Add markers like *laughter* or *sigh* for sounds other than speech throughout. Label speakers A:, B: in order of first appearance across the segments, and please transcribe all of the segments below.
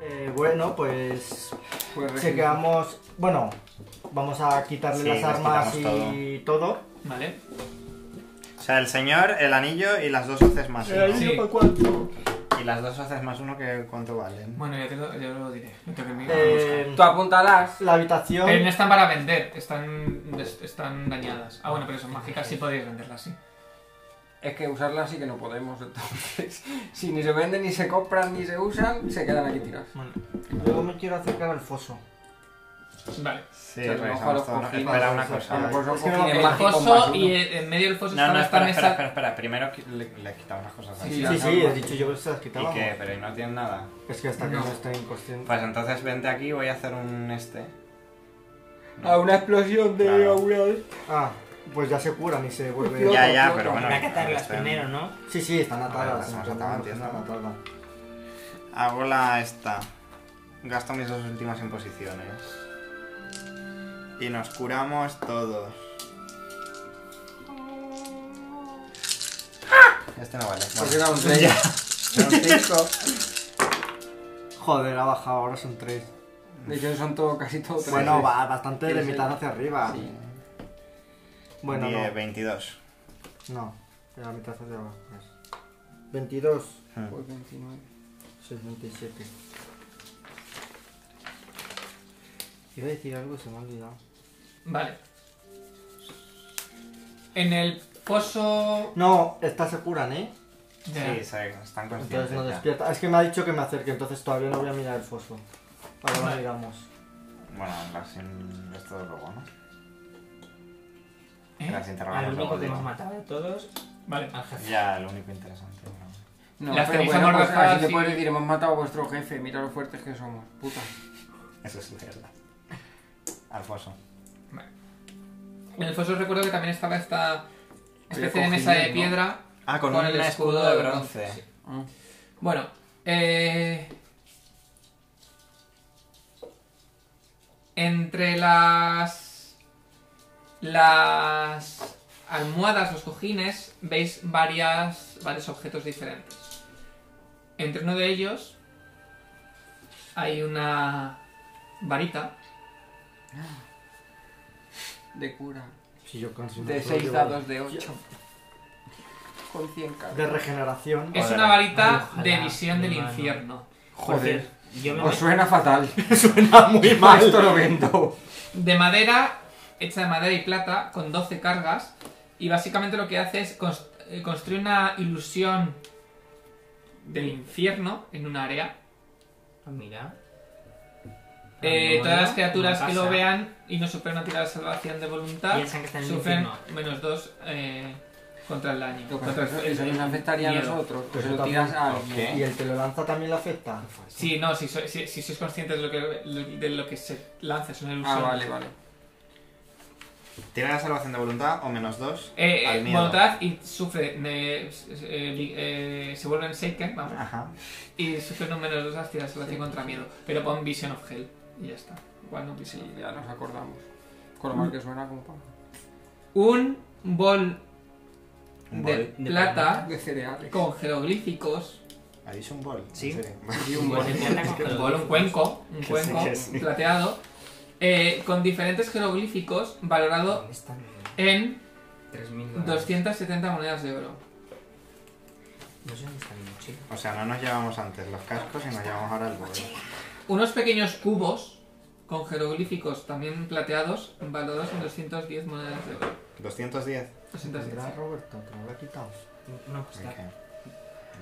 A: Eh, bueno, pues
B: Pues regimos.
A: chequeamos. Bueno, vamos a quitarle
C: Sí,
A: las
C: les
A: armas
C: quitamos
A: y todo.
B: Vale.
C: O sea, el señor, el anillo y las dos hoces más
A: Eh,
C: uno.
B: anillo. Sí.
D: para cuánto?
C: Y las dos hoces más uno, que ¿cuánto valen?
B: Bueno, ya te lo, ya lo diré. Yo tengo que mirar,
A: Eh,
B: buscar.
D: Tú apuntalas.
A: la habitación.
B: Pero no están para vender, están, des- están dañadas. Ah, bueno, pero son mágicas, sí podéis venderlas, sí.
D: Es que usarlas sí que no podemos, *laughs* entonces. Si ni se venden, ni se compran, ni se usan, se quedan aquí tiradas.
A: Bueno, yo me quiero acercar al foso.
B: Vale.
C: Sí, pues,
D: Se lo mojo a
C: revisamos
D: los pues,
C: todo.
D: cojines.
C: Espera una
A: Sí, sí,
C: cosa.
D: A lo mejor son
A: Es que no-
D: cojines
B: El
D: mágicos más
B: foso
D: uno.
B: y eh, en medio del foso
C: No,
B: está
C: no,
B: esta
C: espera, espera,
B: mesa.
C: espera, espera. Primero qui- le, le quitamos las cosas
D: Sí,
C: así.
D: sí,
A: Sí,
D: las
A: sí, he
D: armas.
A: dicho yo que se las
C: ¿Y
A: quitábamos.
C: qué? Pero ahí no tienen nada.
A: Es que hasta que
B: No.
A: no, está inconsciente.
C: Pues entonces vente aquí, voy a hacer un este. No.
D: A una explosión de
C: Claro.
D: auras.
A: Ah, pues ya se curan y se vuelve.
D: Flota,
C: Ya, ya,
D: flota.
C: pero bueno.
E: Habrá que atarlas
C: estén-
E: primero, ¿no?
A: Sí, sí, están
C: Vale,
A: atadas.
C: las hemos
A: están
C: atado
A: atadas,
C: antes,
A: están
C: ¿no?
A: atadas.
C: Hago la esta. Gasto mis dos últimas imposiciones. Y nos curamos todos. Este no vale.
D: Porque
C: Bueno, *laughs*
D: era un rey. Son cinco.
A: Joder, ha bajado, ahora son tres.
D: De hecho, son todo, casi todo tres.
A: Bueno, va bastante de
D: Sí, sí.
A: mitad hacia arriba.
D: Sí.
A: Bueno,
C: die-
A: no.
C: 22.
A: No, de la mitad hacia abajo. es. 22,
D: Pues 29.
A: 67. Iba a decir algo, se me ha olvidado.
B: Vale. En el foso.
A: No, estas se curan, ¿eh?
B: Ya.
C: Sí, se- están conscientes.
A: Entonces no
C: ya.
A: despierta. Es que me ha dicho que me acerque, entonces todavía no voy a mirar el foso. Ahora lo
B: Vale.
A: miramos.
C: Bueno, las in- esto luego, ¿no?
B: ¿Eh?
C: Las
E: Al
C: interrogamos
E: único
C: luego.
E: que hemos
C: digo.
E: matado de todos,
B: Vale.
E: al jefe.
C: Ya, lo único interesante. bueno.
D: No,
B: Las
D: pero
B: tenéis
D: bueno, pues
B: amordazadas
D: así te
B: y-
D: puedes decir, hemos matado a vuestro jefe, mira lo fuertes que somos, puta.
C: Eso es verdad. Al foso.
B: En el foso os recuerdo que también estaba esta especie de
D: cojines,
B: mesa de
D: ¿no?
B: piedra.
C: Ah, con,
B: Con
C: un
B: el
C: escudo,
B: escudo
C: de
B: de
C: bronce.
B: bronce, sí.
D: Mm.
B: Bueno, eh... entre las las almohadas, los cojines, veis varias varios objetos diferentes. Entre uno de ellos hay una varita.
D: De cura.
A: Si yo consigo.
D: De 6 dados de 8. Con 100
A: De
D: cabrón.
B: *laughs*
A: regeneración.
B: Es
C: Joder.
B: una varita
E: Ojalá,
B: de visión del
E: mi mano.
B: infierno.
D: Joder. Ah,
E: Yo me
D: Os Pues suena fatal.
A: Suena *laughs* muy
D: Más esto lo vendo.
B: de madera, hecha de madera y plata, con 12 cargas. Y básicamente lo que hace es cons- eh, construir una ilusión del infierno en un área.
E: Ah, Mira.
B: Eh,
E: Ah,
B: todas las
E: no,
B: criaturas
E: no
B: que lo
E: pasa.
B: vean y no sufren una tirada de salvación de voluntad
E: Piensan que están en el
B: sufren
E: infierno.
B: menos 2 contra el daño.
D: Lo que
B: Contra
D: Pues eso-
B: el-
D: Eso nos afectaría a
B: eh, miedo.
D: nosotros.
A: Pero
D: Pues se lo
A: tampoco-
D: tiras a
C: Ok.
D: alguien.
A: ¿Y el que lo lanza también le afecta?
B: Sí, no, si, so- si- si sois conscientes de lo, que, de lo que se lanza, es una ilusión.
D: Ah, vale, vale.
C: Tiene la salvación de voluntad o menos dos
B: Eh,
C: al
B: eh,
C: miedo.
B: voluntad y sufre. eh, s- s- eh, eh, se vuelven shaken, vamos.
C: Ajá.
B: Y sufre un menos 2 las tiras de salvación contra miedo. Pero pon Vision of Hell y ya está. Igual no Vision
D: Sí,
B: of Hell.
D: ya nos acordamos. Con lo mal que suena, compa.
B: Un bol
C: Un
B: de,
C: bol
E: de
B: plata
D: De cereales.
B: con jeroglíficos.
C: ¿Ha dicho un bol?
E: Sí.
C: ¿En serio? *laughs*
E: Pues
D: Y un buen.
B: Un bol, un cuenco. Un
C: Que
B: cuenco
C: sí, que sí.
B: plateado. eh, con diferentes jeroglíficos valorado
E: ¿Dónde están?
B: en
E: 3.000 dólares.
B: 270 monedas de oro.
E: No sé dónde está mi mochila.
C: O sea, no nos llevamos antes los cascos y nos llevamos ahora el bol.
B: Unos pequeños cubos con jeroglíficos también plateados valorados en 210 monedas de oro.
C: 210.
B: 210.
A: ¿Tendrá Roberto? que me lo ha quitado?
E: No, está.
C: Ok.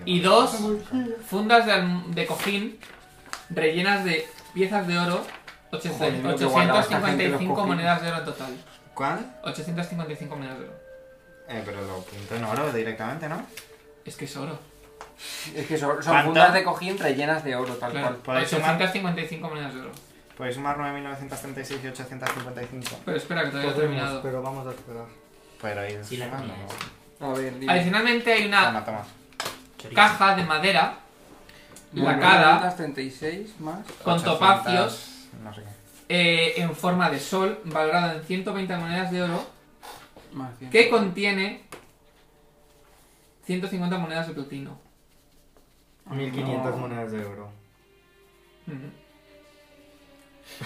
B: Y dos fundas de, alm- de cojín rellenas de piezas de oro, 80
D: Joder, lo que guardaba esta gente los
B: 855
D: cojines.
B: monedas de oro en total.
C: ¿Cuál?
B: 855 monedas de oro.
C: Eh, pero lo pinto en oro directamente, ¿no?
B: Es que es oro.
D: Es que son, son
C: ¿Cuánto?
D: fundas de cojín rellenas de oro, tal
B: Claro,
D: cual.
C: Podéis sumar.
B: 855 monedas de oro.
C: Podéis sumar 9.936 y 855.
B: Pero espera, que todavía no he
A: Podemos,
D: pues,
B: terminado.
A: pero vamos a esperar.
C: Pero ir
E: Sí, la
C: sumando.
E: tenía.
D: A ver, dime.
B: Adicionalmente hay una
C: Toma, toma.
E: Chorizo.
B: caja de madera lacada
D: 936 más.
B: con
C: 800,
B: topacios
C: No sé qué.
B: eh, en forma de sol valorada en 120 monedas de oro
D: Más bien.
B: que contiene 150 monedas de platino.
A: 1500 *laughs*
D: No.
A: monedas de oro.
B: Ujú.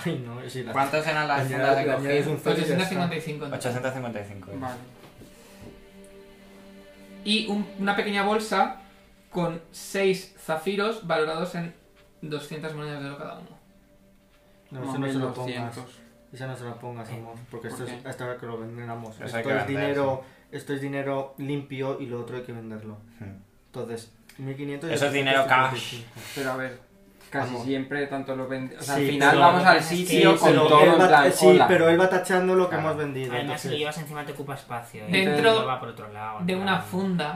E: Ay, no, sí, la
C: ¿Cuántas eran las
E: añade-
C: fundas
E: le
C: de
E: añades
C: cojín?
E: un cero y ya está.
B: 855.
C: 855. euros.
D: Vale.
B: Y un- una pequeña bolsa con 6 zafiros valorados en 200 monedas de oro cada uno.
A: No,
D: Más
A: eso
D: o
A: no se lo
D: menos
A: pongas.
D: 200.
A: Esa no se la pongas, amor, porque esto
D: ¿Por
A: es
D: qué?
A: hasta ahora que lo vendamos.
C: Eso
A: Esto
C: hay
A: es
C: que vender,
A: dinero, esto es dinero limpio y lo otro hay que venderlo.
C: Hmm.
A: Entonces, 1500
C: Eso es dinero cash.
D: Pero a ver, casi
A: Vamos.
D: siempre tanto lo vende. O sea,
A: Sí,
D: al final
E: pero-
D: vamos al
E: Sí,
A: Sí,
D: sitio con
A: pero
D: todo
A: él
D: en
A: va-
D: plan.
A: sí,
D: hola.
A: pero él va tachando lo que
C: Claro.
A: hemos vendido.
E: Además, si lo
A: entonces-
E: llevas encima te ocupa espacio. y
B: Dentro
E: entonces va por otro lado.
B: De
E: en
B: una
E: plan.
B: funda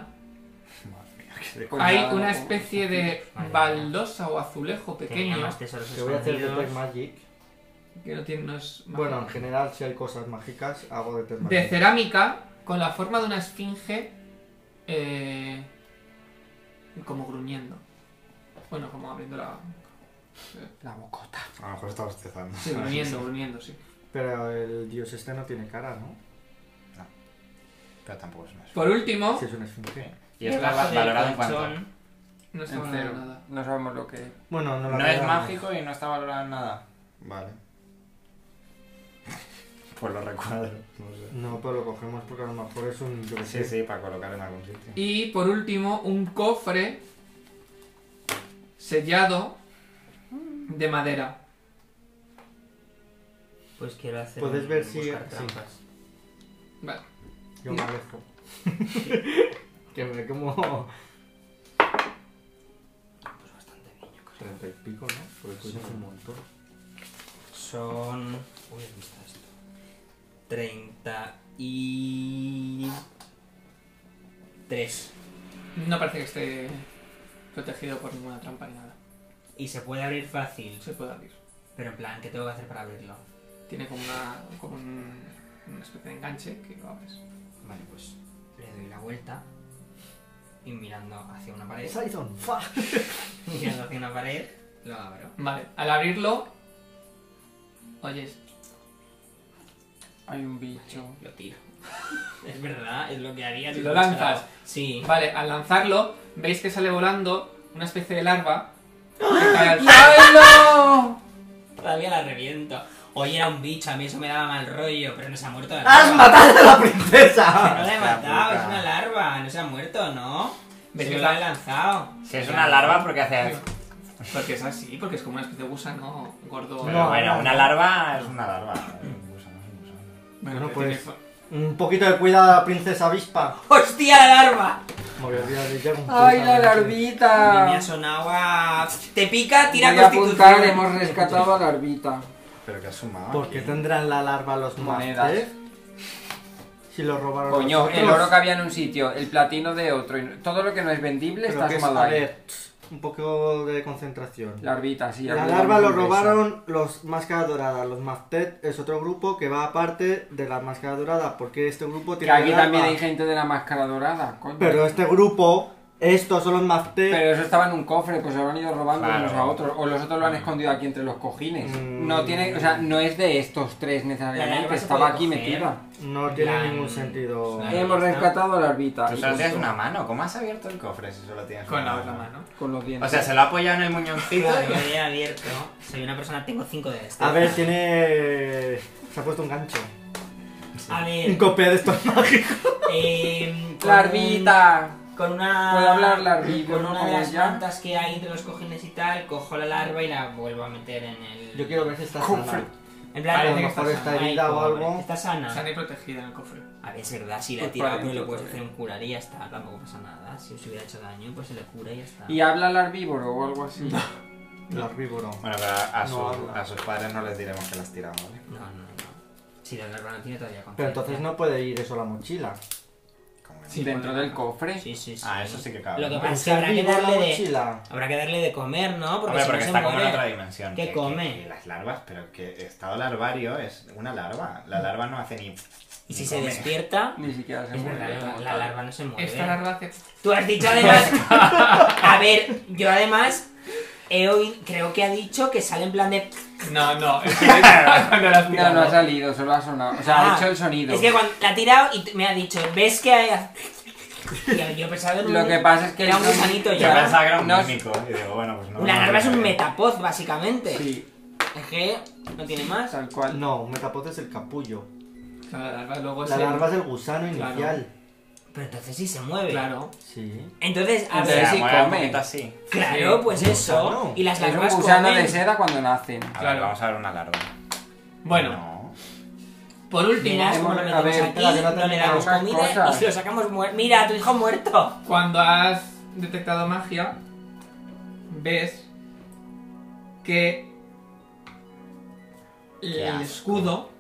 C: *laughs* Madre mía, qué de-
D: Ah, Pues
B: hay
D: nada,
B: una
D: no-
B: especie de
E: Vale.
B: baldosa o azulejo
E: Tenía
B: pequeño
E: más tesoros
A: Te voy a hacer de Tech
E: escondidos.
A: Magic.
B: que no tiene no es
A: Bueno, en general, si hay cosas mágicas, hago de Tech
B: de
A: Magic.
B: cerámica con la forma de una esfinge eh, como gruñendo. Bueno, como abriendo la
D: La bocota.
C: A lo mejor está bostezando.
B: sí, gruñendo, gruñendo, sí.
A: Pero el dios este no tiene cara, ¿no?
C: Pero tampoco es más.
B: Por último,
A: Si es una esfinge.
C: ¿Y esto
E: Debajo
C: va-
E: del
C: valorado en cuánto?
E: colchón,
B: no está
D: En cero.
B: valorado nada.
D: No sabemos lo que es.
A: Bueno, no, la
C: No es
A: verdad.
C: mágico y no está valorado en nada. Vale. *laughs* Pues lo recuadro, no sé.
A: No, pero lo cogemos porque a lo mejor es un. Yo qué
C: Sí,
A: sé.
C: sí, para colocar en algún sitio.
B: Y por último, un cofre sellado de madera.
E: Pues quiero hacer.
A: Puedes
E: un-
A: ver si-
E: buscar
A: sí.
E: trampas.
B: Vale.
A: Yo me alejo. *laughs* que me como.
E: Pues bastante bien, yo creo.
A: Treinta y pico, ¿no? Porque tú es un montón.
E: Son. Uy, ¿dónde está esto? 30 y. 3.
B: No parece que esté protegido por ninguna trampa ni nada.
E: Y se puede abrir fácil,
B: Se puede abrir.
E: pero en plan, ¿qué tengo que hacer para abrirlo?
B: Tiene como una, como un- una especie de enganche que lo abres.
E: Vale, pues le doy la vuelta y mirando hacia una pared, *laughs*
A: Saison, fa.
E: mirando hacia una pared, lo abro.
B: Vale, al abrirlo. Oyes.
D: Hay un bicho.
E: Lo tiro. Es verdad, es lo que haría. si
B: Lo
E: hubiese
B: lanzas.
E: dado. Sí.
B: Vale, al lanzarlo, veis que sale volando una especie de larva.
A: ¡Ah!
B: Que cae al
D: ¡Hazlo!
E: Todavía la reviento. Hoy era un bicho, a mí eso me daba mal rollo, pero no se ha muerto la
A: *laughs* ¡Has
E: larva.
A: matado a la *laughs* princesa!
E: No la he
C: Hostia
E: matado,
C: puta.
E: es una larva, no se ha muerto, ¿no?
B: Ves
A: Pues
E: Se
B: que
E: lo
B: está-
E: he lanzado.
C: Si es una larva, porque hace.
B: Porque es así, porque es como una especie de gusano gordo.
C: Pero
A: No,
C: bueno,
A: no,
C: una
A: no.
C: larva es una larva. Un gusano es un gusano.
A: Bueno,
B: eh, que
A: pues-
B: tiene-
A: Un poquito de cuidado a la princesa avispa.
E: ¡Hostia, la larva!
A: Me voy a olvidar de ella
D: ¡Ay,
A: completamente.
D: la
E: A mí Me
D: larvita!
E: ha sonado a... Te pica, tira
D: Ah. Voy a apuntar,
E: constitución.
D: hemos rescatado a la larvita.
C: Pero que ha sumado.
A: ¿Por qué
C: aquí.
A: tendrán la larva los
D: Monedas.
A: monstruos? Si lo robaron
D: Coño,
A: los
D: el oro que había en un sitio, el platino de otro. y Todo lo que no es vendible está sumado
A: A
D: ahí.
A: ver, tss, un poco de concentración.
D: Larvita, sí.
A: La
D: alguna
A: larva lo
D: hamburguesa.
A: robaron los Máscara Dorada. Los Maftet es otro grupo que va aparte de la Máscara Dorada, porque este grupo
D: Que
A: tiene
D: aquí
A: la larva.
D: también hay gente de la máscara dorada, coño.
A: Pero este grupo, estos son los Maftet.
D: Pero eso estaba en un cofre, pues se lo han ido robando
C: Claro.
D: unos a otros. O los otros lo han escondido aquí entre los cojines.
A: Mm.
D: No tiene, o sea, no es de estos tres
E: La
D: necesariamente,
E: larva se
D: estaba
E: puede
D: aquí
E: coger.
D: metida.
A: No tiene
E: Plan-
A: ningún sentido.
E: Plan-
D: Hemos
E: está.
D: rescatado a la arbita.
C: Tú
D: y
C: solo tienes
D: punto.
C: Pues una mano. ¿Cómo has abierto el cofre si solo tienes
B: Con
C: una
B: la otra mano.
D: Con los
C: O
D: dientes.
C: sea, se lo ha apoyado en el
E: *laughs*
C: muñoncito.
E: Claro,
C: y-
E: lo he abierto. Soy una persona, tengo 5 de este. estos.
A: A ver, tiene. Se ha puesto un gancho.
E: A
A: Un
E: ver,
A: copé de estos mágicos.
E: eh,
D: *laughs*
E: con-
D: ¡Larvita!
E: Con una.
D: Puedo hablar, larvita,
E: Con
D: ¿no?
E: una
D: Como
E: de las
D: ya.
E: plantas que hay entre los cojines y tal, cojo la larva y la vuelvo a meter en el.
A: Yo quiero ver si está
D: Cofre.
A: sana.
E: En plan,
A: A lo
E: parece que
A: mejor está
E: sana. Ay,
A: herida o
E: pobre,
A: algo.
E: Está
B: Está
E: sana.
B: ni protegida en el cofre.
E: A ver, es verdad, si la he
D: Pues
E: tirado,
D: para
E: pues le
D: dentro
E: puedes hacer
D: también.
E: un curar y ya está. Tampoco pasa nada. Si os hubiera hecho daño, pues se le cura y ya está.
D: Y habla el herbívoro o algo así.
A: El herbívoro.
C: Bueno, pero a, a
A: No
C: su-
A: habla.
C: a sus padres no les diremos que las tiramos, ¿vale?
E: No, no, no. Si la larva no tiene todavía
A: Pero
E: conciencia.
A: entonces no puede ir eso a la mochila.
C: Como que no.
B: Sí,
D: Dentro
B: bueno.
D: del cofre.
E: Sí, sí, sí.
C: Ah, eso sí que cabe.
E: Lo que
C: ¿no?
E: pasa es que
A: ¿Un
E: Pues habrá que
A: herbívoro a la
E: darle de.
A: mochila.
E: Habrá que darle de comer, ¿no? Porque
C: Hombre,
E: si
C: porque
E: no se
C: está como en
E: muere.
C: otra dimensión.
E: ¿Qué
C: Que-
E: come?
C: que- que las larvas, pero que estado larvario es una larva. La larva no hace ni.
E: Y
C: ni
E: si se
C: come.
E: despierta.
D: Ni siquiera se
E: Es
D: mueve.
E: verdad,
D: como
E: la
D: tal.
E: larva no se mueve.
B: Esta larva hace.
E: Tú has dicho además. *laughs* A ver, yo además he oído, creo que ha dicho que sale en plan de.
B: No, no. es que- cuando la has
D: No, no ha
B: tirado.
D: salido, solo ha sonado. O sea,
E: Ah,
D: ha hecho el sonido.
E: Es que cuando la ha tirado y me ha dicho, ¿ves que hay- *laughs* Y yo pensaba en un...
D: Lo que pasa es que
E: Era un
D: no-
E: gusanito
C: Yo
E: ya.
C: pensaba que era un
D: No,
C: único. Y digo, bueno, pues no.
E: Una
C: no,
E: larva es
C: no,
E: un
C: no.
E: metapod, básicamente.
D: Sí,
E: Es que no tiene más.
D: tal cual.
A: No, un metapod es el capullo.
B: Claro, la larva luego
A: La
B: se-
A: larva es el gusano
B: Claro.
A: inicial.
E: Pero entonces sí se mueve.
B: Claro.
A: Sí.
E: Entonces, a
C: O
D: Entonces
E: ver,
C: sea,
D: sí
C: mueve un
D: come.
C: poquito así.
E: claro, pues eso.
A: gusano.
E: Y las
D: Es un
E: larvas
D: gusano
E: comen.
D: de seda cuando nacen.
C: A ver,
B: Claro.
C: vamos a ver una larva.
B: Bueno,
C: No.
B: por último,
E: Mirad cómo lo
D: A
E: metemos
D: ver,
E: aquí,
A: espera, que no
E: no le damos
A: terminamos
D: más
E: comida y
D: cosas.
E: se lo sacamos muerto. Mira, tu hijo muerto.
B: cuando has detectado magia, ves que
C: Qué
B: el
C: asco.
B: escudo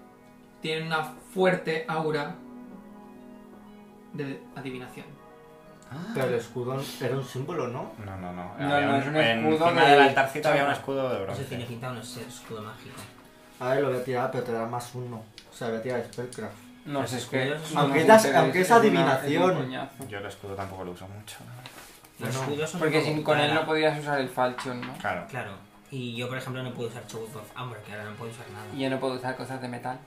B: tiene una fuerte aura de adivinación.
A: Pero el escudo era un símbolo, ¿no?
C: Ah. No, no, no.
D: No,
C: Había
D: no, es un escudo
C: Encima
D: de-
C: del altarcito había un escudo de
E: Eso tiene
C: bronce.
E: pinta de un escudo mágico.
A: A ver, lo voy a tirar, pero te da más uno. O sea, voy a tirar Spellcraft.
D: No sé, es que.
E: Aunque
D: no nos
A: es las-
D: interesa,
A: aunque es
D: una-
A: adivinación.
D: un coñazo.
C: Yo el escudo tampoco lo uso mucho.
E: Los
A: Bueno,
E: escudos son
D: Porque
E: como
D: sin, con él
E: cara.
D: no podías usar el falchón, ¿no?
C: Claro.
E: Claro. Y yo, por ejemplo, no puedo usar Chubut of Amber, Ah, que ahora no puedo usar nada.
D: Y yo no puedo usar cosas de metal.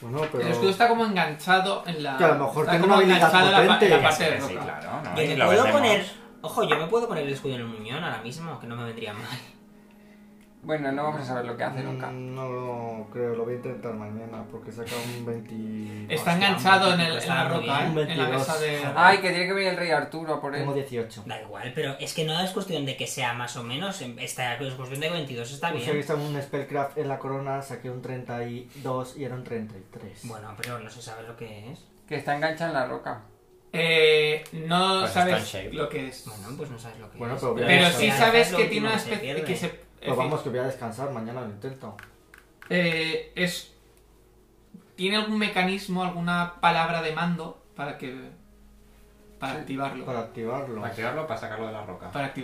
A: Bueno, pero.
B: El escudo está como enganchado en la.
A: Que a lo mejor
B: está
A: tengo
B: como
A: una habilidad
B: enganchado en la, pa- en la
A: potente.
B: parte de
C: Sí, sí,
B: roca.
C: claro. ¿no?
E: Yo
C: Y
E: me
C: lo
E: puedo
C: vendemos.
E: poner. Ojo, yo me puedo poner el escudo en el muñón ahora mismo, que no me vendría mal. *laughs*
D: Bueno, no vamos a saber lo que hace nunca.
A: Mm, No lo creo, lo voy a intentar mañana porque he sacado un 20.
B: Está
E: Hostia,
B: enganchado en, el-
E: está
B: en la
E: muy
B: roca,
A: bien. Pues
B: ¿eh? en la mesa de.
D: Ay, que tiene que venir el rey Arturo a por
A: Tengo
D: él.
A: 18.
E: Da igual, pero es que no es cuestión de que sea más o menos. em- Está, es cuestión de que 22 está
A: O sea que
E: bien.
A: estaba Pues un Spellcraft en la corona, saqué un 32 y era un 33.
E: Bueno, pero no se sabe lo que es.
D: Que está enganchada en la roca.
B: Eh, no
C: Pues está en
B: sabes
C: shape.
B: lo que es.
E: Bueno, pues no sabes lo que
A: Bueno,
E: es.
A: pero voy a
B: Pero
A: Eso.
B: sí
E: Lo
B: sabes
E: dejas lo
B: que
E: último
B: tiene una
E: se
B: especie
E: pierde.
B: que se. en
A: Pues
B: fin,
A: vamos, que voy a descansar, mañana lo intento.
B: eh, es. Tiene algún mecanismo, alguna palabra de mando para que. Para activarlo.
A: Para
B: Para,
A: activarlo.
C: Para activarlo, para sacarlo de la roca.
B: activarlo.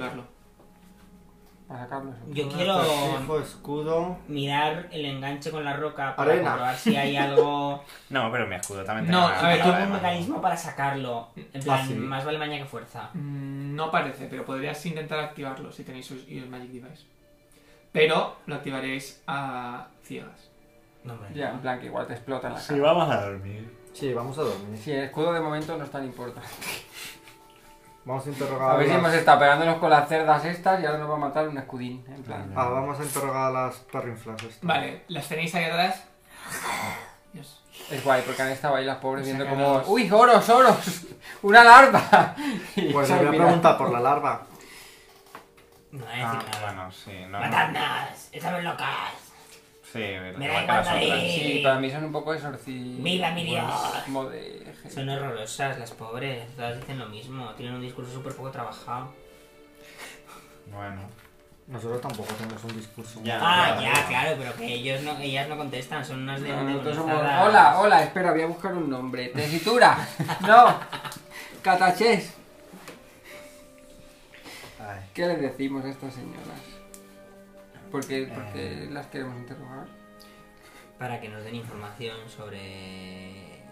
D: Para sacarlo. eso.
A: Ah,
E: Yo
A: pues
E: quiero
A: Acertijo, escudo.
E: mirar el enganche con la roca para
A: Arena.
E: comprobar si hay
A: *laughs*
E: algo.
C: No, pero mi escudo también
B: No,
C: tenía
B: a ver,
C: una
B: tú-
E: algún
C: palabra de mando.
E: mecanismo para sacarlo. En plan,
A: Fácil.
E: más vale maña que fuerza.
B: Mm, No parece, pero podrías intentar activarlo si tenéis os- el Magic Device. Pero lo activaréis a ciegas.
E: No, hombre.
D: Ya, en plan que igual te explota en la cara.
C: Sí, vamos a dormir.
A: Sí, vamos a dormir.
D: Sí, el escudo de momento no es tan importante.
A: Vamos a interrogar
D: A ver si
A: las-
D: hemos estado pegándonos con las cerdas estas y ahora nos va a matar un escudín. En plan.
A: Ah, vamos a interrogar a las parrinflas. estas.
B: Vale, las tenéis ahí atrás. Dios.
D: Es guay, porque han estado ahí las pobres
B: Se
D: viendo como.
B: acabaron.
D: ¡Uy, oros, oros! *laughs* ¡Una larva! *laughs* Y
A: Pues le
D: se
A: voy a
D: mira.
A: preguntar por la larva.
E: No voy a
C: Ah,
E: decir nada.
C: bueno, sí. No, no.
E: ¡Matadnos! ¡Estamos locas!
C: Sí, igual
E: Me
C: que
E: da
C: las
E: igual,
C: otras.
E: David.
D: Sí, para mí son un poco exorcistas.
E: ¡Viva mi Dios!
D: Como de.
E: Son horrorosas las pobres, todas dicen lo mismo, tienen un discurso súper poco trabajado.
C: Bueno.
A: Nosotros tampoco tenemos un discurso.
C: Ya.
E: Ah,
C: claro,
E: ya,
C: claro.
E: claro, pero que ellos no, ellas no contestan, son unas de...
D: No,
E: de
D: nosotros Ah, somos-
E: demonizadas.
D: Hola, hola, espera, voy a buscar un nombre. Tesitura. *laughs* No. Catachés.
C: Ay.
D: ¿Qué les decimos a estas señoras? ¿Por qué, por qué las queremos interrogar?
E: Para que nos den información sobre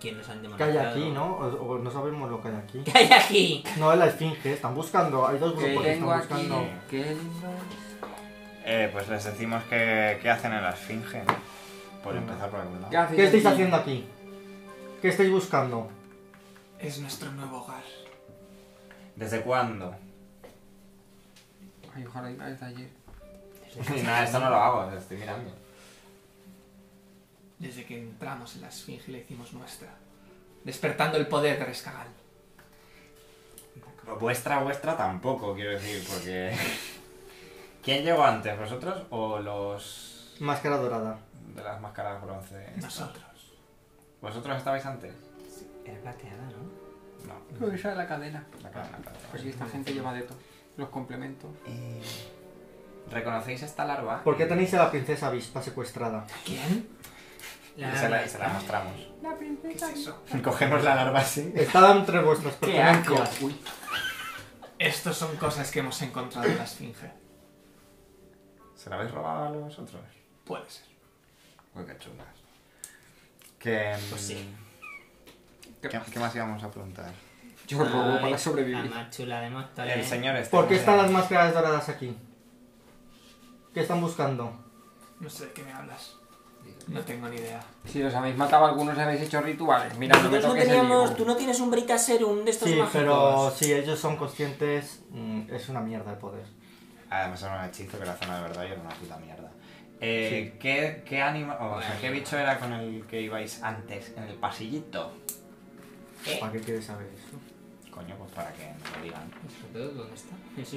E: quién nos han
A: ¿Qué
E: demonizado.
A: hay aquí,
E: *laughs*
A: no? O- o no sabemos lo que hay aquí.
E: ¿Qué hay aquí?
A: No, es la esfinge. Están buscando. Hay dos
D: Que
A: grupos que
D: tengo
A: están
D: aquí.
A: buscando.
D: que no-
C: Eh, pues les decimos que, que hacen en la esfinge. Por empezar por algún
D: ¿Qué
C: lado.
D: hacéis
A: ¿Qué estáis
D: aquí?
A: haciendo aquí? ¿Qué estáis buscando?
B: Es nuestro nuevo hogar.
C: ¿Desde cuándo?
D: Ay, ojalá iba desde ayer.
C: Nada, esto *laughs* no lo hago, estoy mirando.
B: Desde que entramos en la Esfinge y la hicimos nuestra. Despertando el poder de Rescagal.
C: Vuestra, vuestra tampoco, quiero decir, porque... *laughs* ¿Quién llegó antes, vosotros o los
A: Máscara dorada.
C: de las máscaras bronce?
B: Nosotros.
C: ¿Vosotros estabais antes?
E: Era plateada, ¿no?
C: No,
D: Uy, esa es la cadena.
C: la cadena plata.
D: Pues sí, esta gente lleva de todo. Los complementos.
C: Eh, ¿Reconocéis esta larva?
A: ¿Por qué tenéis a la princesa avispa secuestrada?
B: ¿Quién?
C: Y se la, se la mostramos.
D: La princesa.
C: Cogemos la larva así.
A: Estaba entre vuestros
D: *laughs* ¡Qué
A: pertenencias.
D: asco! Uy,
B: Estos son cosas que hemos encontrado en la Esfinge.
C: ¿Se la habéis robado a vosotros?
B: Puede ser.
C: Uy, qué chulas. Que... mm,
E: Pues sí.
D: qué
C: ¿Qué,
D: pasa?
C: qué más íbamos a preguntar?
D: Yo robo
E: Ay,
D: para
E: La
D: sobrevivir.
E: más chula de Móstoles.
C: El señor este.
A: ¿Por qué están las máscaras doradas aquí? ¿Qué están buscando?
B: No sé de qué me hablas. No tengo ni idea.
D: Si os habéis matado algunos, habéis hecho rituales. Mira, no me
E: Nosotros no
D: toques el
E: teníamos.
D: libro.
E: Tú no tienes un Britaserum de estos
A: Sí,
E: mágicos.
A: pero si ellos son conscientes, mm, es una mierda el poder.
C: Ah, Además era un hechizo que la zona de verdad era una puta mierda. Eh, ¿Qué, qué anima- o sea, ¿qué bicho era con el que ibais antes en el pasillito?
E: ¿Eh?
A: ¿Para qué quieres saber eso?
C: Coño, pues para que nos lo digan.
E: ¿Dónde está?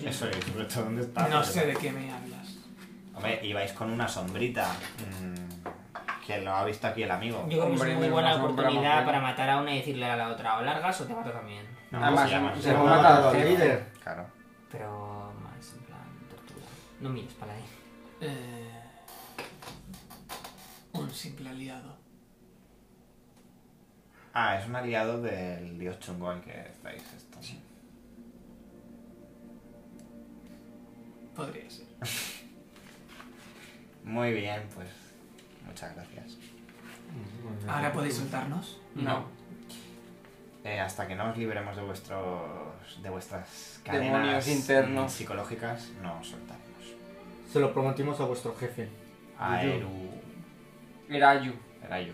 C: Eso es, sobre todo dónde está.
B: No
C: Porque-
B: sé de qué me hablas.
C: Hombre, ibais con una sombrita. mm, que lo ha visto aquí el amigo.
E: Yo creo que
D: Hombre,
E: es muy
D: me
E: buena
D: vas a comprar
E: oportunidad
D: más
E: para matar a una y decirle a la otra o largas o te mato también.
C: No,
D: Además,
C: se llama-
D: se
C: se
A: Se
D: lo
A: lo
C: llama-
A: ha matado al
D: sí.
A: líder.
C: Claro.
E: Pero más en plan tortura. No mires para ahí.
B: Eh, un simple aliado.
C: Ah, es un aliado del dios chungo al que estáis esto.
B: Podría ser.
C: Muy bien, pues. Muchas gracias.
A: Mm,
B: Ahora podéis soltarnos.
D: No.
C: Eh, hasta que no os liberemos de vuestros. de vuestras cadenas
D: Demonios internos.
C: mm, psicológicas, no os soltaremos.
A: Se lo prometimos a vuestro jefe.
C: A
A: Yo.
C: Eru.
D: Era Ayu.
C: Erayu.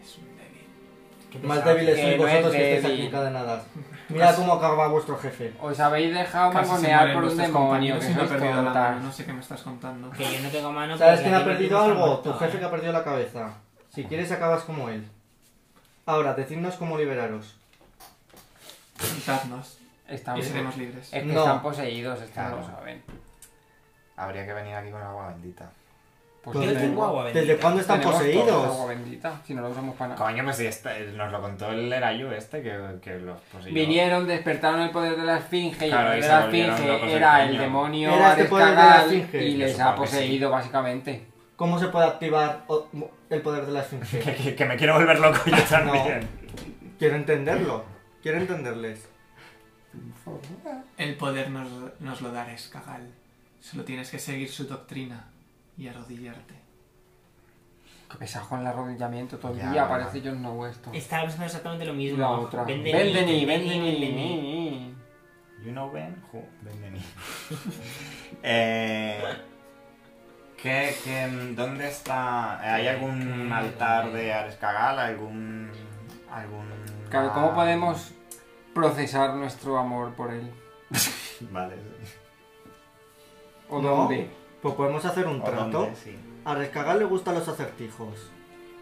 B: Es un débil.
A: Más débiles
D: que
A: sois
D: no es
A: vosotros que estáis
D: débil.
A: aquí encadenados. Mira cómo acaba vuestro jefe.
D: Os habéis dejado
B: Casi se
D: mangonear
B: mueren
D: por un
B: vuestros
D: demonio.
B: compañeros
D: Que
B: y no he
D: sois
B: perdido la
D: tontas.
B: mano. No sé qué me estás contando.
E: Que yo no pues, tengo mano.
A: ¿Sabes
E: pero
A: quién
E: la
A: ha
E: que
A: perdido
E: tiene está
A: algo?
E: muerta,
A: Tu jefe que
E: ¿eh?
A: ha perdido la cabeza. Si quieres acabas como él. Ahora, decidnos cómo liberaros.
B: Soltadnos
D: Están-
B: y
D: Es
B: seremos libres.
D: que
A: No.
D: están poseídos, es que no lo
C: Claro.
D: saben.
C: Habría que venir aquí con agua bendita.
D: Pues
E: Yo
A: Pues
D: tenemos-
E: tengo agua bendita.
A: ¿Desde cuándo están
D: tenemos todos agua
A: poseídos?
D: bendita, si no la usamos para nada.
C: Coño, pues si este- nos lo contó el Erayu este que, que los poseyó.
D: Vinieron, despertaron el poder de la esfinge y
C: Claro,
D: el poder
C: y
D: de
C: se
D: la
C: volvieron locos
D: esfinge
C: del
D: era el
C: coño.
D: demonio
A: Era este
D: Ares
A: poder de la
D: Cagal,
A: esfinge.
D: y
A: Yo
D: les
C: supongo
D: ha
C: que sí.
D: poseído básicamente.
A: ¿Cómo se puede activar o- el poder de la esfinge?
C: *laughs* Que, que- que me quiero volver loco yo también.
A: Quiero entenderlo. Quiero entenderles.
B: El poder nos, nos lo dará Escagal. Solo tienes que seguir su doctrina y arrodillarte.
D: Que pesado con el arrodillamiento todo el
C: Ya,
D: día,
C: vale.
D: parece yo no vuestro.
E: Estaba pensando exactamente lo
D: Y
E: mismo.
D: la otra.
E: Ven de mí,
D: Vendeni,
E: ven de mí,
D: vendeni,
E: ven de mí.
D: vendeni.
C: You know Ben? Who? Ben Denis. eh, ¿qué, qué, dónde está? ¿Hay algún altar de Ares Cagal? ¿Algún. algún. Ah.
D: Claro, ¿cómo podemos procesar nuestro amor por él?
C: Vale.
D: ¿O
A: No.
D: dónde?
A: Pues podemos hacer un
C: ¿O
A: trato.
C: dónde? Sí.
A: A Rescagal le gustan los acertijos.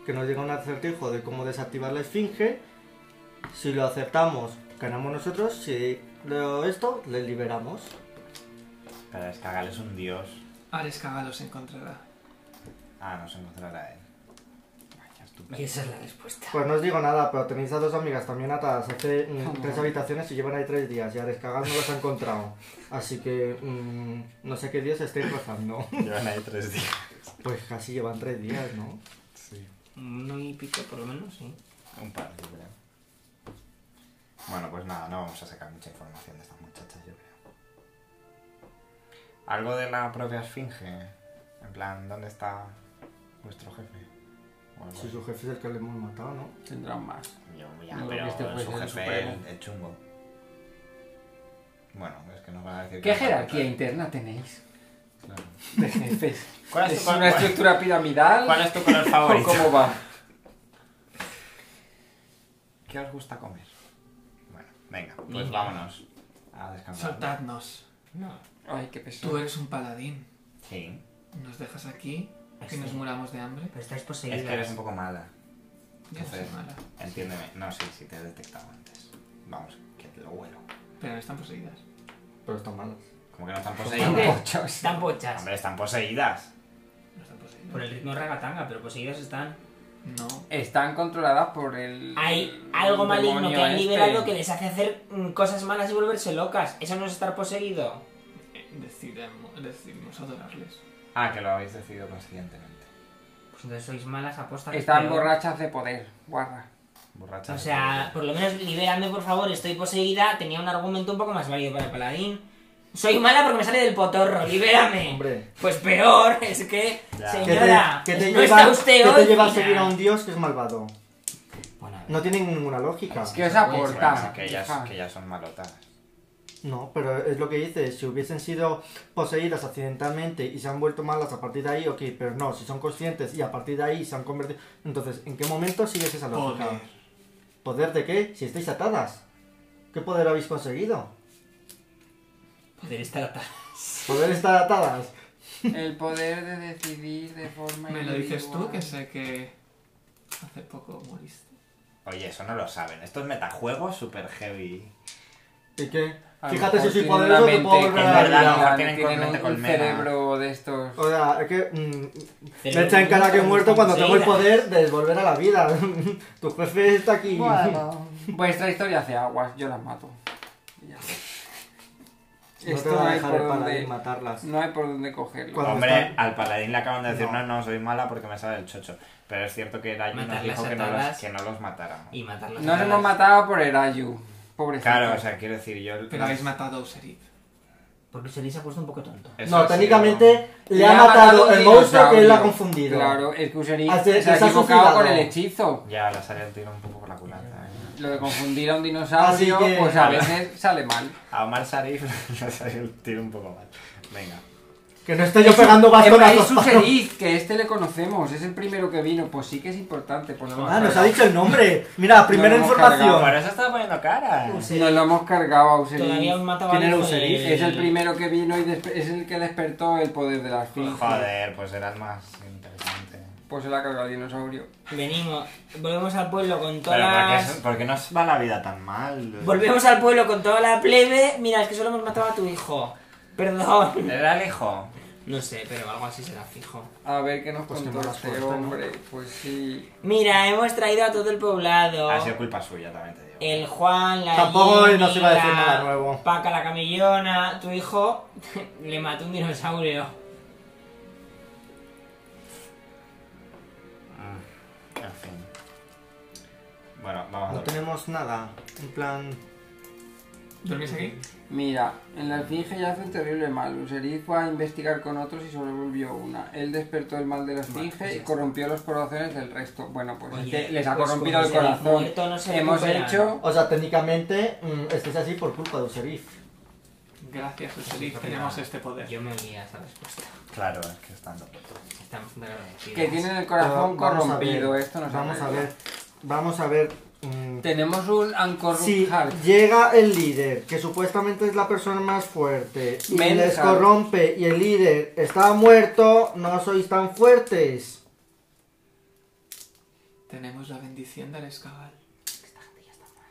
A: Que nos llega un acertijo de cómo desactivar la esfinge. Si lo acertamos, ganamos nosotros. Si lo esto, le liberamos.
C: Pero Ares Cagal es un dios.
B: Ares Cagal os encontrará.
C: Ah, no se encontrará él. Vaya,
E: *laughs*
C: estupendo.
E: Y esa es la respuesta.
A: Pues no os digo nada, pero tenéis a dos amigas también atadas hace mm, tres habitaciones y llevan ahí tres días. Y a Rescagal no las ha encontrado. Así que mm, no sé qué dios estáis rozando.
C: Llevan ahí tres días.
A: *laughs* Pues casi llevan tres días, ¿no?
C: Sí.
E: Uno y pico, por lo menos, sí.
C: Un par, yo creo. Bueno, pues nada, no vamos a sacar mucha información de estas muchachas, yo creo. Algo de la propia esfinge. En plan, ¿dónde está vuestro jefe? O algo
A: Si su jefe es el que le hemos matado, ¿no?
D: Tendrán más.
C: así. Yo, ya,
D: No,
C: pero
D: este puede
C: su
D: ser el
C: jefe
D: supremo.
C: el, el chungo. Bueno, es que nos va a decir...
D: ¿Qué
C: que-
D: jerarquía interna tenéis
C: Claro.
D: de jefes?
C: *laughs* ¿Cuál, es
D: ¿Es
C: tu,
D: una
C: cuál,
D: estructura piramidal?
C: cuál es tu color
D: ¿O *laughs*
C: favorito?
D: cómo va?
C: ¿Qué os gusta comer? Bueno, venga, pues
E: Niña.
C: vámonos a descansar.
B: Soltadnos.
E: No.
D: Ay, qué
B: Tú
D: pesado.
B: eres un paladín.
C: Sí,
B: Nos dejas aquí, que
E: Sí.
B: nos muramos de hambre.
E: Pero estáis
C: es que eres
E: poseídas.
C: un poco mala.
B: Yo no soy
C: Entonces-
B: mala.
C: Entiéndeme. No, sí, sí, te he detectado antes. Vamos, que te lo huelo.
B: Pero no están poseídas.
A: Pero están malas.
C: Como que no están
D: Son
C: poseídas.
E: Hombre.
D: pochos.
E: Están pochas.
C: Hombre, están poseídas.
B: No están poseídas.
E: Por el ritmo ragatanga, pero poseídas están.
B: No.
D: Están controladas por el.
E: Hay algo maligno que
D: demonio
E: han
D: este.
E: liberado que les hace hacer mm, cosas malas y volverse locas. Eso no es estar poseído.
B: Eh, Decidimos, decidimos adorarles.
C: Ah, que lo habéis decidido conscientemente.
E: Pues entonces sois malas apostas.
D: Están
E: pero-
D: borrachas de poder, guarra.
C: Borracha.
E: O sea, por lo menos libérame, por favor, estoy poseída. Tenía un argumento un poco más válido para el paladín. Soy mala porque me sale del potorro, libérame.
A: Hombre.
E: Pues peor, *laughs* es que,
A: ¿Qué
C: Ya.
A: te,
E: señora,
A: qué te
E: no
A: lleva,
E: está usted
A: qué
E: hoy.
A: te lleva a
E: fina.
A: seguir a un dios que es malvado?
E: Bueno, a ver.
A: No tiene ninguna lógica.
C: Ah,
D: ¿Qué os
E: Bueno,
D: aporta?
C: que, ellas,
D: hija?
C: que ellas son malotas.
A: No, pero es lo que dices, si hubiesen sido poseídas accidentalmente y se han vuelto malas a partir de ahí, ok, pero no, si son conscientes y a partir de ahí se han convertido... Entonces, ¿en qué momento sigues esa lógica?
F: Poder.
A: ¿Poder de qué? Si estáis atadas. ¿Qué poder habéis conseguido?
E: Poder estar atado.
A: Poder estar atadas.
D: El poder de decidir de forma
B: Me lo dices tú,
D: individual.
B: que sé que hace poco moriste.
C: Oye, eso no lo saben. Estos metajuegos super heavy.
A: ¿Y qué?
D: A lo
A: Fíjate si
D: mejor
A: soy
D: tienen
A: poderoso
D: una
A: te puedo volver
D: mente
C: que
A: a
C: es verdad,
A: la
C: a lo mejor
A: vida.
C: tienen
D: tienen
C: mente
D: un, un
C: colmena.
D: cerebro de estos...
A: O sea, es que... mm, me echa en cara que he muerto cuando tengo el poder de volver a la vida. *laughs* tu jefe está aquí. *laughs*
D: *laughs* Vuestra historia hace aguas, yo las mato. Y ya.
A: No te
D: Esto
A: va
D: no
A: a
D: hay
A: dejar el
D: por
A: paladín
D: dónde...
A: matarlas.
D: No hay por dónde cogerlo.
A: Cuando
C: Hombre,
A: están-
C: al paladín le acaban de decir,
A: No.
C: no. no, soy mala porque me sale el chocho. Pero es cierto que Dayu nos
E: Matarlas
C: dijo que no,
E: atadas.
C: los, que no los matáramos.
E: Y matarlos.
D: No se nos mataba por Erayu. Pobrecito.
C: Claro, o sea, quiero decir, yo...
B: Pero habéis matado a Userid.
E: Porque Solís se ha puesto un poco tonto.
C: Eso ha
A: No,
C: sido-
A: técnicamente le
D: Le
A: ha matado
D: un
A: el monstruo que él la ha
D: dinosaurio.
A: confundido.
D: Claro, el Kuseri
A: Ah, se-
D: se,
A: se
D: ha
A: ha
D: equivocado con
A: suicidado.
D: el hechizo.
C: Ya, la sale el tiro un poco por la culata. ¿eh?
D: Lo de confundir a un dinosaurio,
A: Así que-
D: pues a veces sale mal.
C: A Omar Sharif *laughs* le sale el tiro un poco mal. Venga.
A: Que no estoy yo pegando bastonazos.
D: Es un Kuseri, que este le conocemos, es el primero que vino, pues sí que es importante. Pues no,
A: Ah, nos ha dicho el
D: *laughs*
A: nombre. Mira, primera
D: hemos
A: información.
D: cargado.
C: Por eso estaba poniendo cara.
D: Nos lo hemos cargado a Userid.
E: Todavía aún mataba
A: ¿Quién era
E: los de-
A: Userid?
D: Es el primero que vino y despe- es el que despertó el poder de las finjas.
C: Joder, pues era el más interesante.
D: Pues se la carga el dinosaurio.
E: Venimos, volvemos al pueblo con todas
C: Pero ¿por qué,
E: las...
C: es- por qué nos va la vida tan mal?
E: Volvemos al pueblo con toda la plebe. Mira, es que solo hemos matado a tu hijo. Perdón.
C: Era el hijo.
E: No sé, pero algo así será fijo.
D: A ver qué nos
A: Pues qué
D: contó
A: mala
D: este
A: suerte, ¿no?
D: hombre. Pues sí.
E: Mira, hemos traído a todo el poblado.
C: Ha sido culpa suya, también te digo.
E: El Juan, la
A: Tampoco nos iba a decir
E: la
A: nada nuevo.
E: Paca la camellona, tu hijo *laughs* le mató un dinosaurio.
C: Mm, En fin. Bueno, vamos
A: No
C: a ver.
A: tenemos nada. En plan.
B: ¿Dormís aquí?
D: Mira, en la esfinge ya hace un terrible mal. Useriz fue a investigar con otros y sobrevolvió una. Él despertó el mal de la esfinge
E: pues ya
D: y
E: está.
D: corrompió los corazones del resto. Bueno, pues
E: Oye,
D: es que les ha
E: pues
D: corrompido
E: como
D: el
E: se han
D: corazón.
E: muerto, no se
D: Hemos
E: recuperan.
D: hecho.
A: O sea, técnicamente mm, estáis así por culpa de un serif.
B: Gracias, Userid, tenemos este poder.
E: Yo me olía esa respuesta.
C: Claro, es que están rotos.
E: Están súper agradecidas.
D: Que tienen el
A: Pero
D: corazón
A: vamos a
D: corrompido.
A: ver,
D: Esto nos
A: Vamos a
D: arregla.
A: ver. Vamos a ver. mm,
D: Tenemos un Uncorrupt
A: si
D: Heart.
A: llega el líder, que supuestamente es la persona más fuerte, y
D: Men
A: les
D: Heart.
A: corrompe y el líder está muerto, no sois tan fuertes.
B: Tenemos la bendición del escabal.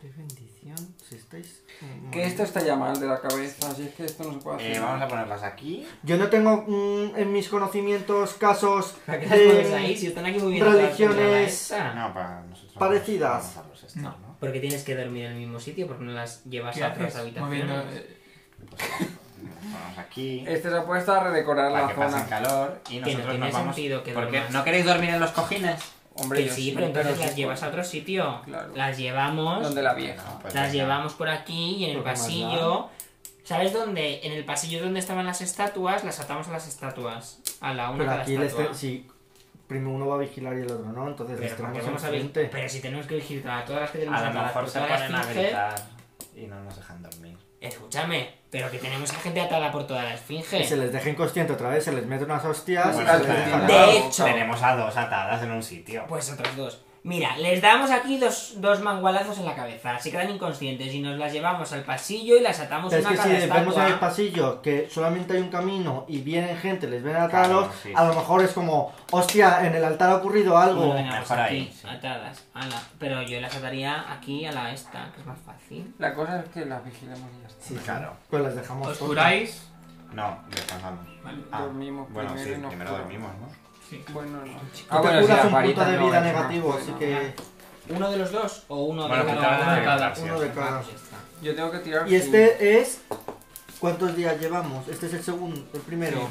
A: Qué bendición, si estáis.
D: Que esto está ya mal de la cabeza. Así es que esto no se puede hacer.
C: Eh, vamos a ponerlas aquí.
A: Yo no tengo mm, en mis conocimientos casos
E: *laughs* ¿Para qué las pones
A: de-
E: ahí? Si están aquí muy bien.
A: religiones-
E: atadas contra la esa.
C: No, para nosotros.
A: Parecidas.
C: vamos a usarlos estos,
B: No.
C: ¿no?
E: Porque tienes que dormir en el mismo sitio, porque no las llevas
B: ¿Qué
E: a otras
B: haces?
E: habitaciones.
B: Moviendo, eh,
C: Las Pues, ponemos aquí.
D: Este se ha puesto a redecorar
C: Para
D: la
C: que pasen
D: zona.
C: calor y
E: no
C: nosotros
E: tiene
C: nos vamos.
E: sentido que
C: Porque
E: duermas.
C: no queréis dormir en los cojines.
D: Hombre,
E: Que
D: yo
E: sí, pero entonces
D: sí,
E: las llevas Ah, a otro sitio.
D: Claro.
E: Las llevamos.
D: Donde la vieja.
C: No, pues
E: Las
C: venga.
E: llevamos por aquí y en el
A: Porque más
E: pasillo. ¿Sabes dónde? En el pasillo donde estaban las estatuas, las atamos a las estatuas. A la una
A: Pero
E: de las
A: aquí les te-
E: estatuas.
A: si primero uno va a vigilar y el otro no, entonces les
E: Pero, ¿para qué
A: tenemos
E: vamos a vi-
A: enfrente.
E: Pero si tenemos que vigilar a todas las que tenemos
C: A lo
E: atadas
C: mejor
E: por
C: se
E: toda la
C: ponen a
E: esfinge-
C: gritar y no nos dejan dormir.
E: Escúchame, pero que tenemos a gente atada por toda la esfinge.
A: Y se les deja inconsciente otra vez, se les mete unas
C: Pues
A: hostias
D: Bueno,
A: y se
D: al
A: les deja
D: final-
A: nada.
E: De hecho.
C: Tenemos a dos atadas en un sitio.
E: Pues otros dos. Mira, les damos aquí dos, dos mangualazos en la cabeza. Se quedan inconscientes y nos las llevamos al pasillo y las atamos
A: Pero es
E: una
A: que
E: a
A: si
E: cada
A: vemos en el
E: estatua.
A: pasillo que solamente hay un camino y vienen gente, les ven atados,
C: Claro, sí,
A: a lo
C: sí.
A: mejor es como, hostia, en el altar ha ocurrido algo.
E: Bueno, venga, pues
C: Mejor
E: aquí,
C: ahí, sí.
E: atadas. ala. Pero yo las ataría aquí a la esta, que es más fácil.
D: La cosa es que las vigilemos y ya está.
A: Sí, sí.
C: Claro.
A: Pues las dejamos.
B: ¿Os
A: solas.
B: curáis?
C: No, descansamos.
B: Vale.
C: Ah,
D: Dormimos
C: bueno,
D: primero y
C: sí,
D: nos
C: primero
D: curamos.
C: dormimos, ¿no?
B: Sí.
D: Ah, Bueno, no.
A: Tú te curas un punto
D: varitas
A: de
D: no,
A: vida
D: eso no.
A: negativo, así
D: Bueno,
A: que...
E: ¿Uno de los dos o uno
C: Bueno,
E: de
C: que
E: los
C: cada
E: dos?
C: vez
B: uno
C: tiene que
B: de cada-
C: curarse,
A: uno
C: sí.
A: de cada.
D: Yo tengo que tirar.
A: Y
D: sin-
A: este es... ¿Cuántos días llevamos? Este es el segundo, el primero.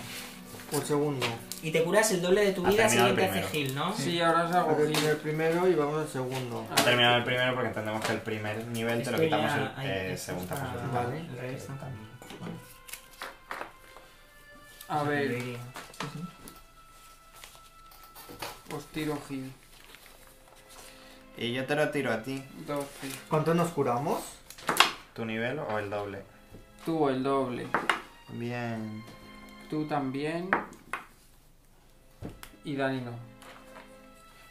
A: O el segundo.
E: Y te curas el doble de tu
C: Ha
E: vida si
C: terminado el
E: te hace
C: primero.
E: Gil, ¿no?
D: Sí, ahora es algo.
A: Ahora viene el primero y vamos al segundo.
C: Ha terminado el primero porque entendemos que el primer nivel te lo
E: Esto
C: quitamos
E: ya-
C: el
E: ay,
C: eh,
E: esto
C: segunda
E: es para-
C: posición.
A: Vale.
E: el resto también. Bueno,
D: A ver,
E: debería.
D: os tiro Gil.
C: Y yo te lo tiro a ti,
D: 12.
A: ¿Cuánto nos curamos?
C: tu nivel o el doble.
D: Tú el doble.
C: Bien.
D: Tú también. Y Dani no.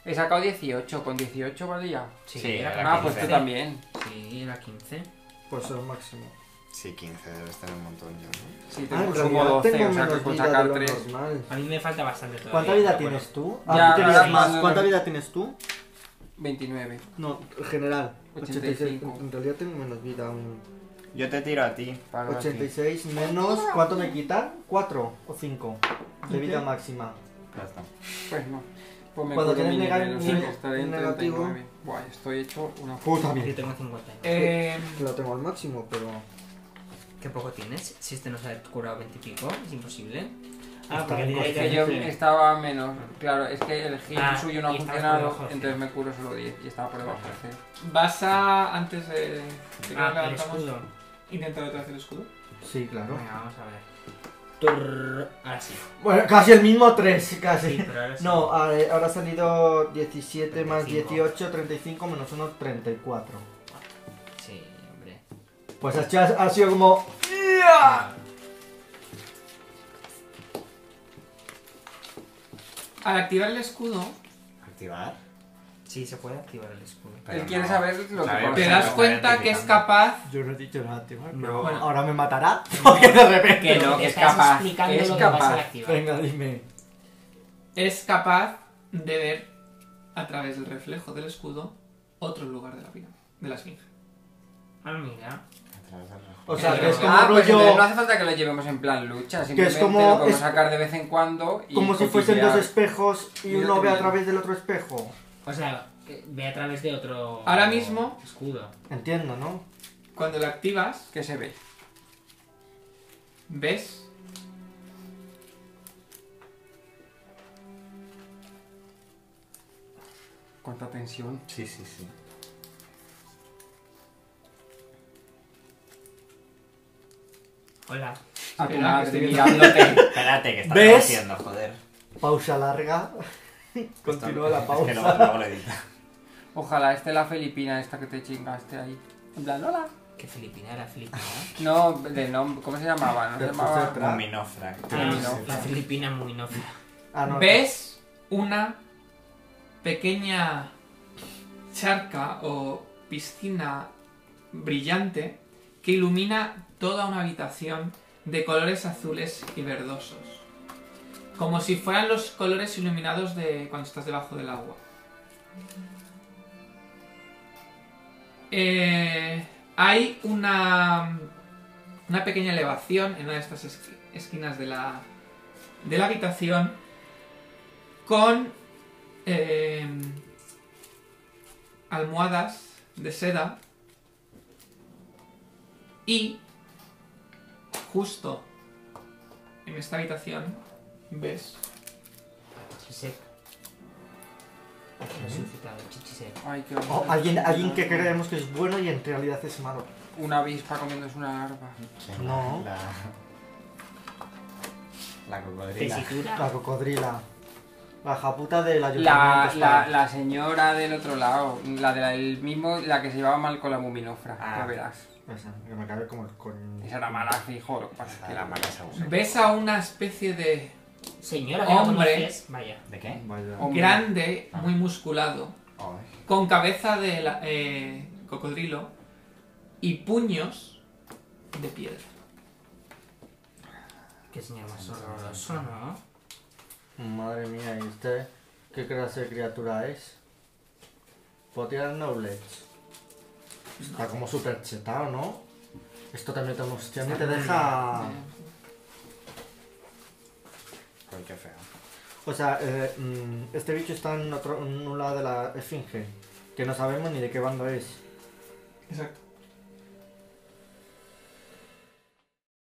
D: He sacado 18. ¿Con 18 valía?
E: Sí,
C: Sí,
E: era,
C: era
D: Ah, pues
C: 15.
D: tú también.
E: sí, era 15.
A: Pues el máximo.
C: Sí, 15 debes tener un montón yo, ¿no?
D: Sí,
A: Ah, en
D: tengo como
A: realidad
D: 12,
A: tengo
D: o sea que
A: menos
D: puedo
A: vida de
D: sacar
A: lo
D: 3.
A: normal.
E: A mí me falta bastante todavía.
A: ¿Cuánta
E: pero
A: vida
E: bueno.
A: tienes tú?
D: Ya,
A: Ah, tú tienes
E: ahora
A: más.
D: sí.
A: ¿Cuánta vida tienes tú?
D: 29.
A: No, en general. 86.
D: 85.
A: En realidad tengo menos vida aún.
C: Yo te tiro a ti, Pablo. a ti.
A: 86 menos. ¿Cuánto me quitan? 4 o 5 de vida
D: Ok.
A: máxima.
C: Ya está.
D: Pues no. Pues me
A: Cuando
D: curo
A: tienes
D: mi
A: nega-
D: nivel, o sea que
A: neg-
D: estaré en
A: negativo.
D: 39. Buah, estoy hecho una
A: Puta
E: Yo
A: mierda.
E: tengo 50.
B: Eh,
A: Lo tengo al máximo, pero.
E: ¿Qué poco tienes? Si este no se ha curado 20 y pico, es imposible.
A: Está bien,
E: Ah, tiene-
A: coge.
D: Que yo estaba menos, claro, es que el heal
E: Ah,
D: suyo no ha
E: y estabas por
D: funcionado,
E: debajo de
D: entonces me curo solo 10 y estaba por debajo de cero.
B: vas a. Antes de. de que nos
E: Ah, el
B: levantamos,
E: escudo.
B: Intentar otra vez el escudo.
A: Sí,
D: Ah.
A: claro.
E: Venga, vamos a ver. Turr, Ahora sí.
A: Bueno, casi el mismo 3,
E: Sí,
A: casi.
E: pero ahora sí.
A: No, a ver, Ah, ahora ha salido 17 más
E: 35.
A: 18, 35 menos 1, 34.
E: Sí, hombre.
A: Pues ha, hecho- ha sido como.
B: Al activar el escudo,
C: Activar.
E: Sí, se puede activar el escudo.
C: Pero
D: quiere saber lo que
C: Claro,
D: pasa.
B: te
D: sí,
B: das
D: lo
C: está
B: cuenta que es
C: identificando.
B: capaz.
A: Yo no he dicho nada, tío.
E: No. Bueno.
A: Ahora me matará. *laughs* Porque de repente.
D: *laughs* Que no,
E: Te
D: que es
E: estás
D: capaz,
E: explicando
D: que es
E: lo que vas a
D: capaz.
E: activar.
A: Venga, dime.
B: Es capaz de ver a través del reflejo del escudo otro lugar de la pirámide, de la esfinge.
E: Ah, mira.
C: A través del reloj.
A: O sea, que
B: Pero-
A: es como
D: ah, pues
A: rollo-
D: entonces no hace falta que lo llevemos en plan lucha, simplemente
A: como-
D: lo podemos
A: es-
D: sacar de vez en cuando y
A: Como si fuesen dos
D: cotillear.
A: espejos y
D: Mira
A: uno
D: qué
A: ve a
D: bien.
A: través del otro espejo.
E: O sea, que ve a través de otro.
B: Ahora mismo-
E: Escudo.
A: Entiendo, ¿no?
B: Cuando lo activas,
D: que se ve.
B: ves.
D: Cuánta tensión.
C: Sí, sí, sí.
E: Hola.
D: A tu
B: Espera, que
D: madre
B: estoy
D: mirándote.
C: Espérate, que estás
A: ¿Ves?
C: haciendo, joder.
A: Pausa
D: *laughs*
A: larga. Continúa la
C: Es que luego,
A: pausa.
C: luego lo edita.
D: *laughs* Ojalá esté la filipina esta que te chingaste ahí. En plan, hola.
E: Qué filipina era filipina. ¿eh?
D: *laughs* No, de nombre, ¿cómo se llamaba? No se
A: Pero tú
D: llamaba...
A: se tra-
C: Minofra.
E: Ah,
D: no.
E: la filipina muy nofla.
A: Ah, no,
B: ves una pequeña charca o piscina brillante que ilumina toda una habitación de colores azules y verdosos. Como si fueran los colores iluminados de cuando estás debajo del agua. Eh, hay una, una pequeña elevación en una de estas esqui- esquinas de la, de la habitación con eh, almohadas de seda y justo en esta habitación ves
E: Chisek. Resucitado, Chichisek.
D: Ay, qué
A: O
D: horror.
A: Oh, alguien, alguien
D: Ah.
A: que creemos que es bueno y en realidad es malo.
D: Una avispa comiéndose una larva.
A: No.
C: La, la cocodrila.
A: La
E: Tesitura.
A: cocodrila. La japuta del
D: La,
A: ayuntamiento.
D: la,
A: está.
D: la señora del otro lado, la del mismo, la que se llevaba mal con la muminofra,
C: Ah.
D: ya verás.
A: Esa, que me cabe como el coño.
D: Esa era mala, fijo, lo que pasa es que
C: Que la
D: era
C: mala
D: mala.
C: se aburre.
B: ves a una especie de
E: Señora, que no
B: Hombre.
E: conoces. Vaya.
C: ¿De qué?
A: Vaya.
B: Oh.
D: Hombre.
B: grande muy musculado
C: Ay.
B: con cabeza de la- eh, cocodrilo y puños de piedra
E: Qué señor más horroroso, ¿no?
A: Madre mía, ¿y usted qué clase de criatura es? Puedo tirar knowledge. Está como súper chetado, ¿no? Esto también te, hostia, me te deja.
B: Eh,
C: Ay, qué feo.
A: O sea, eh, mm, este bicho está en, otro, en un lado de la esfinge, que no sabemos ni de qué bando es.
B: exacto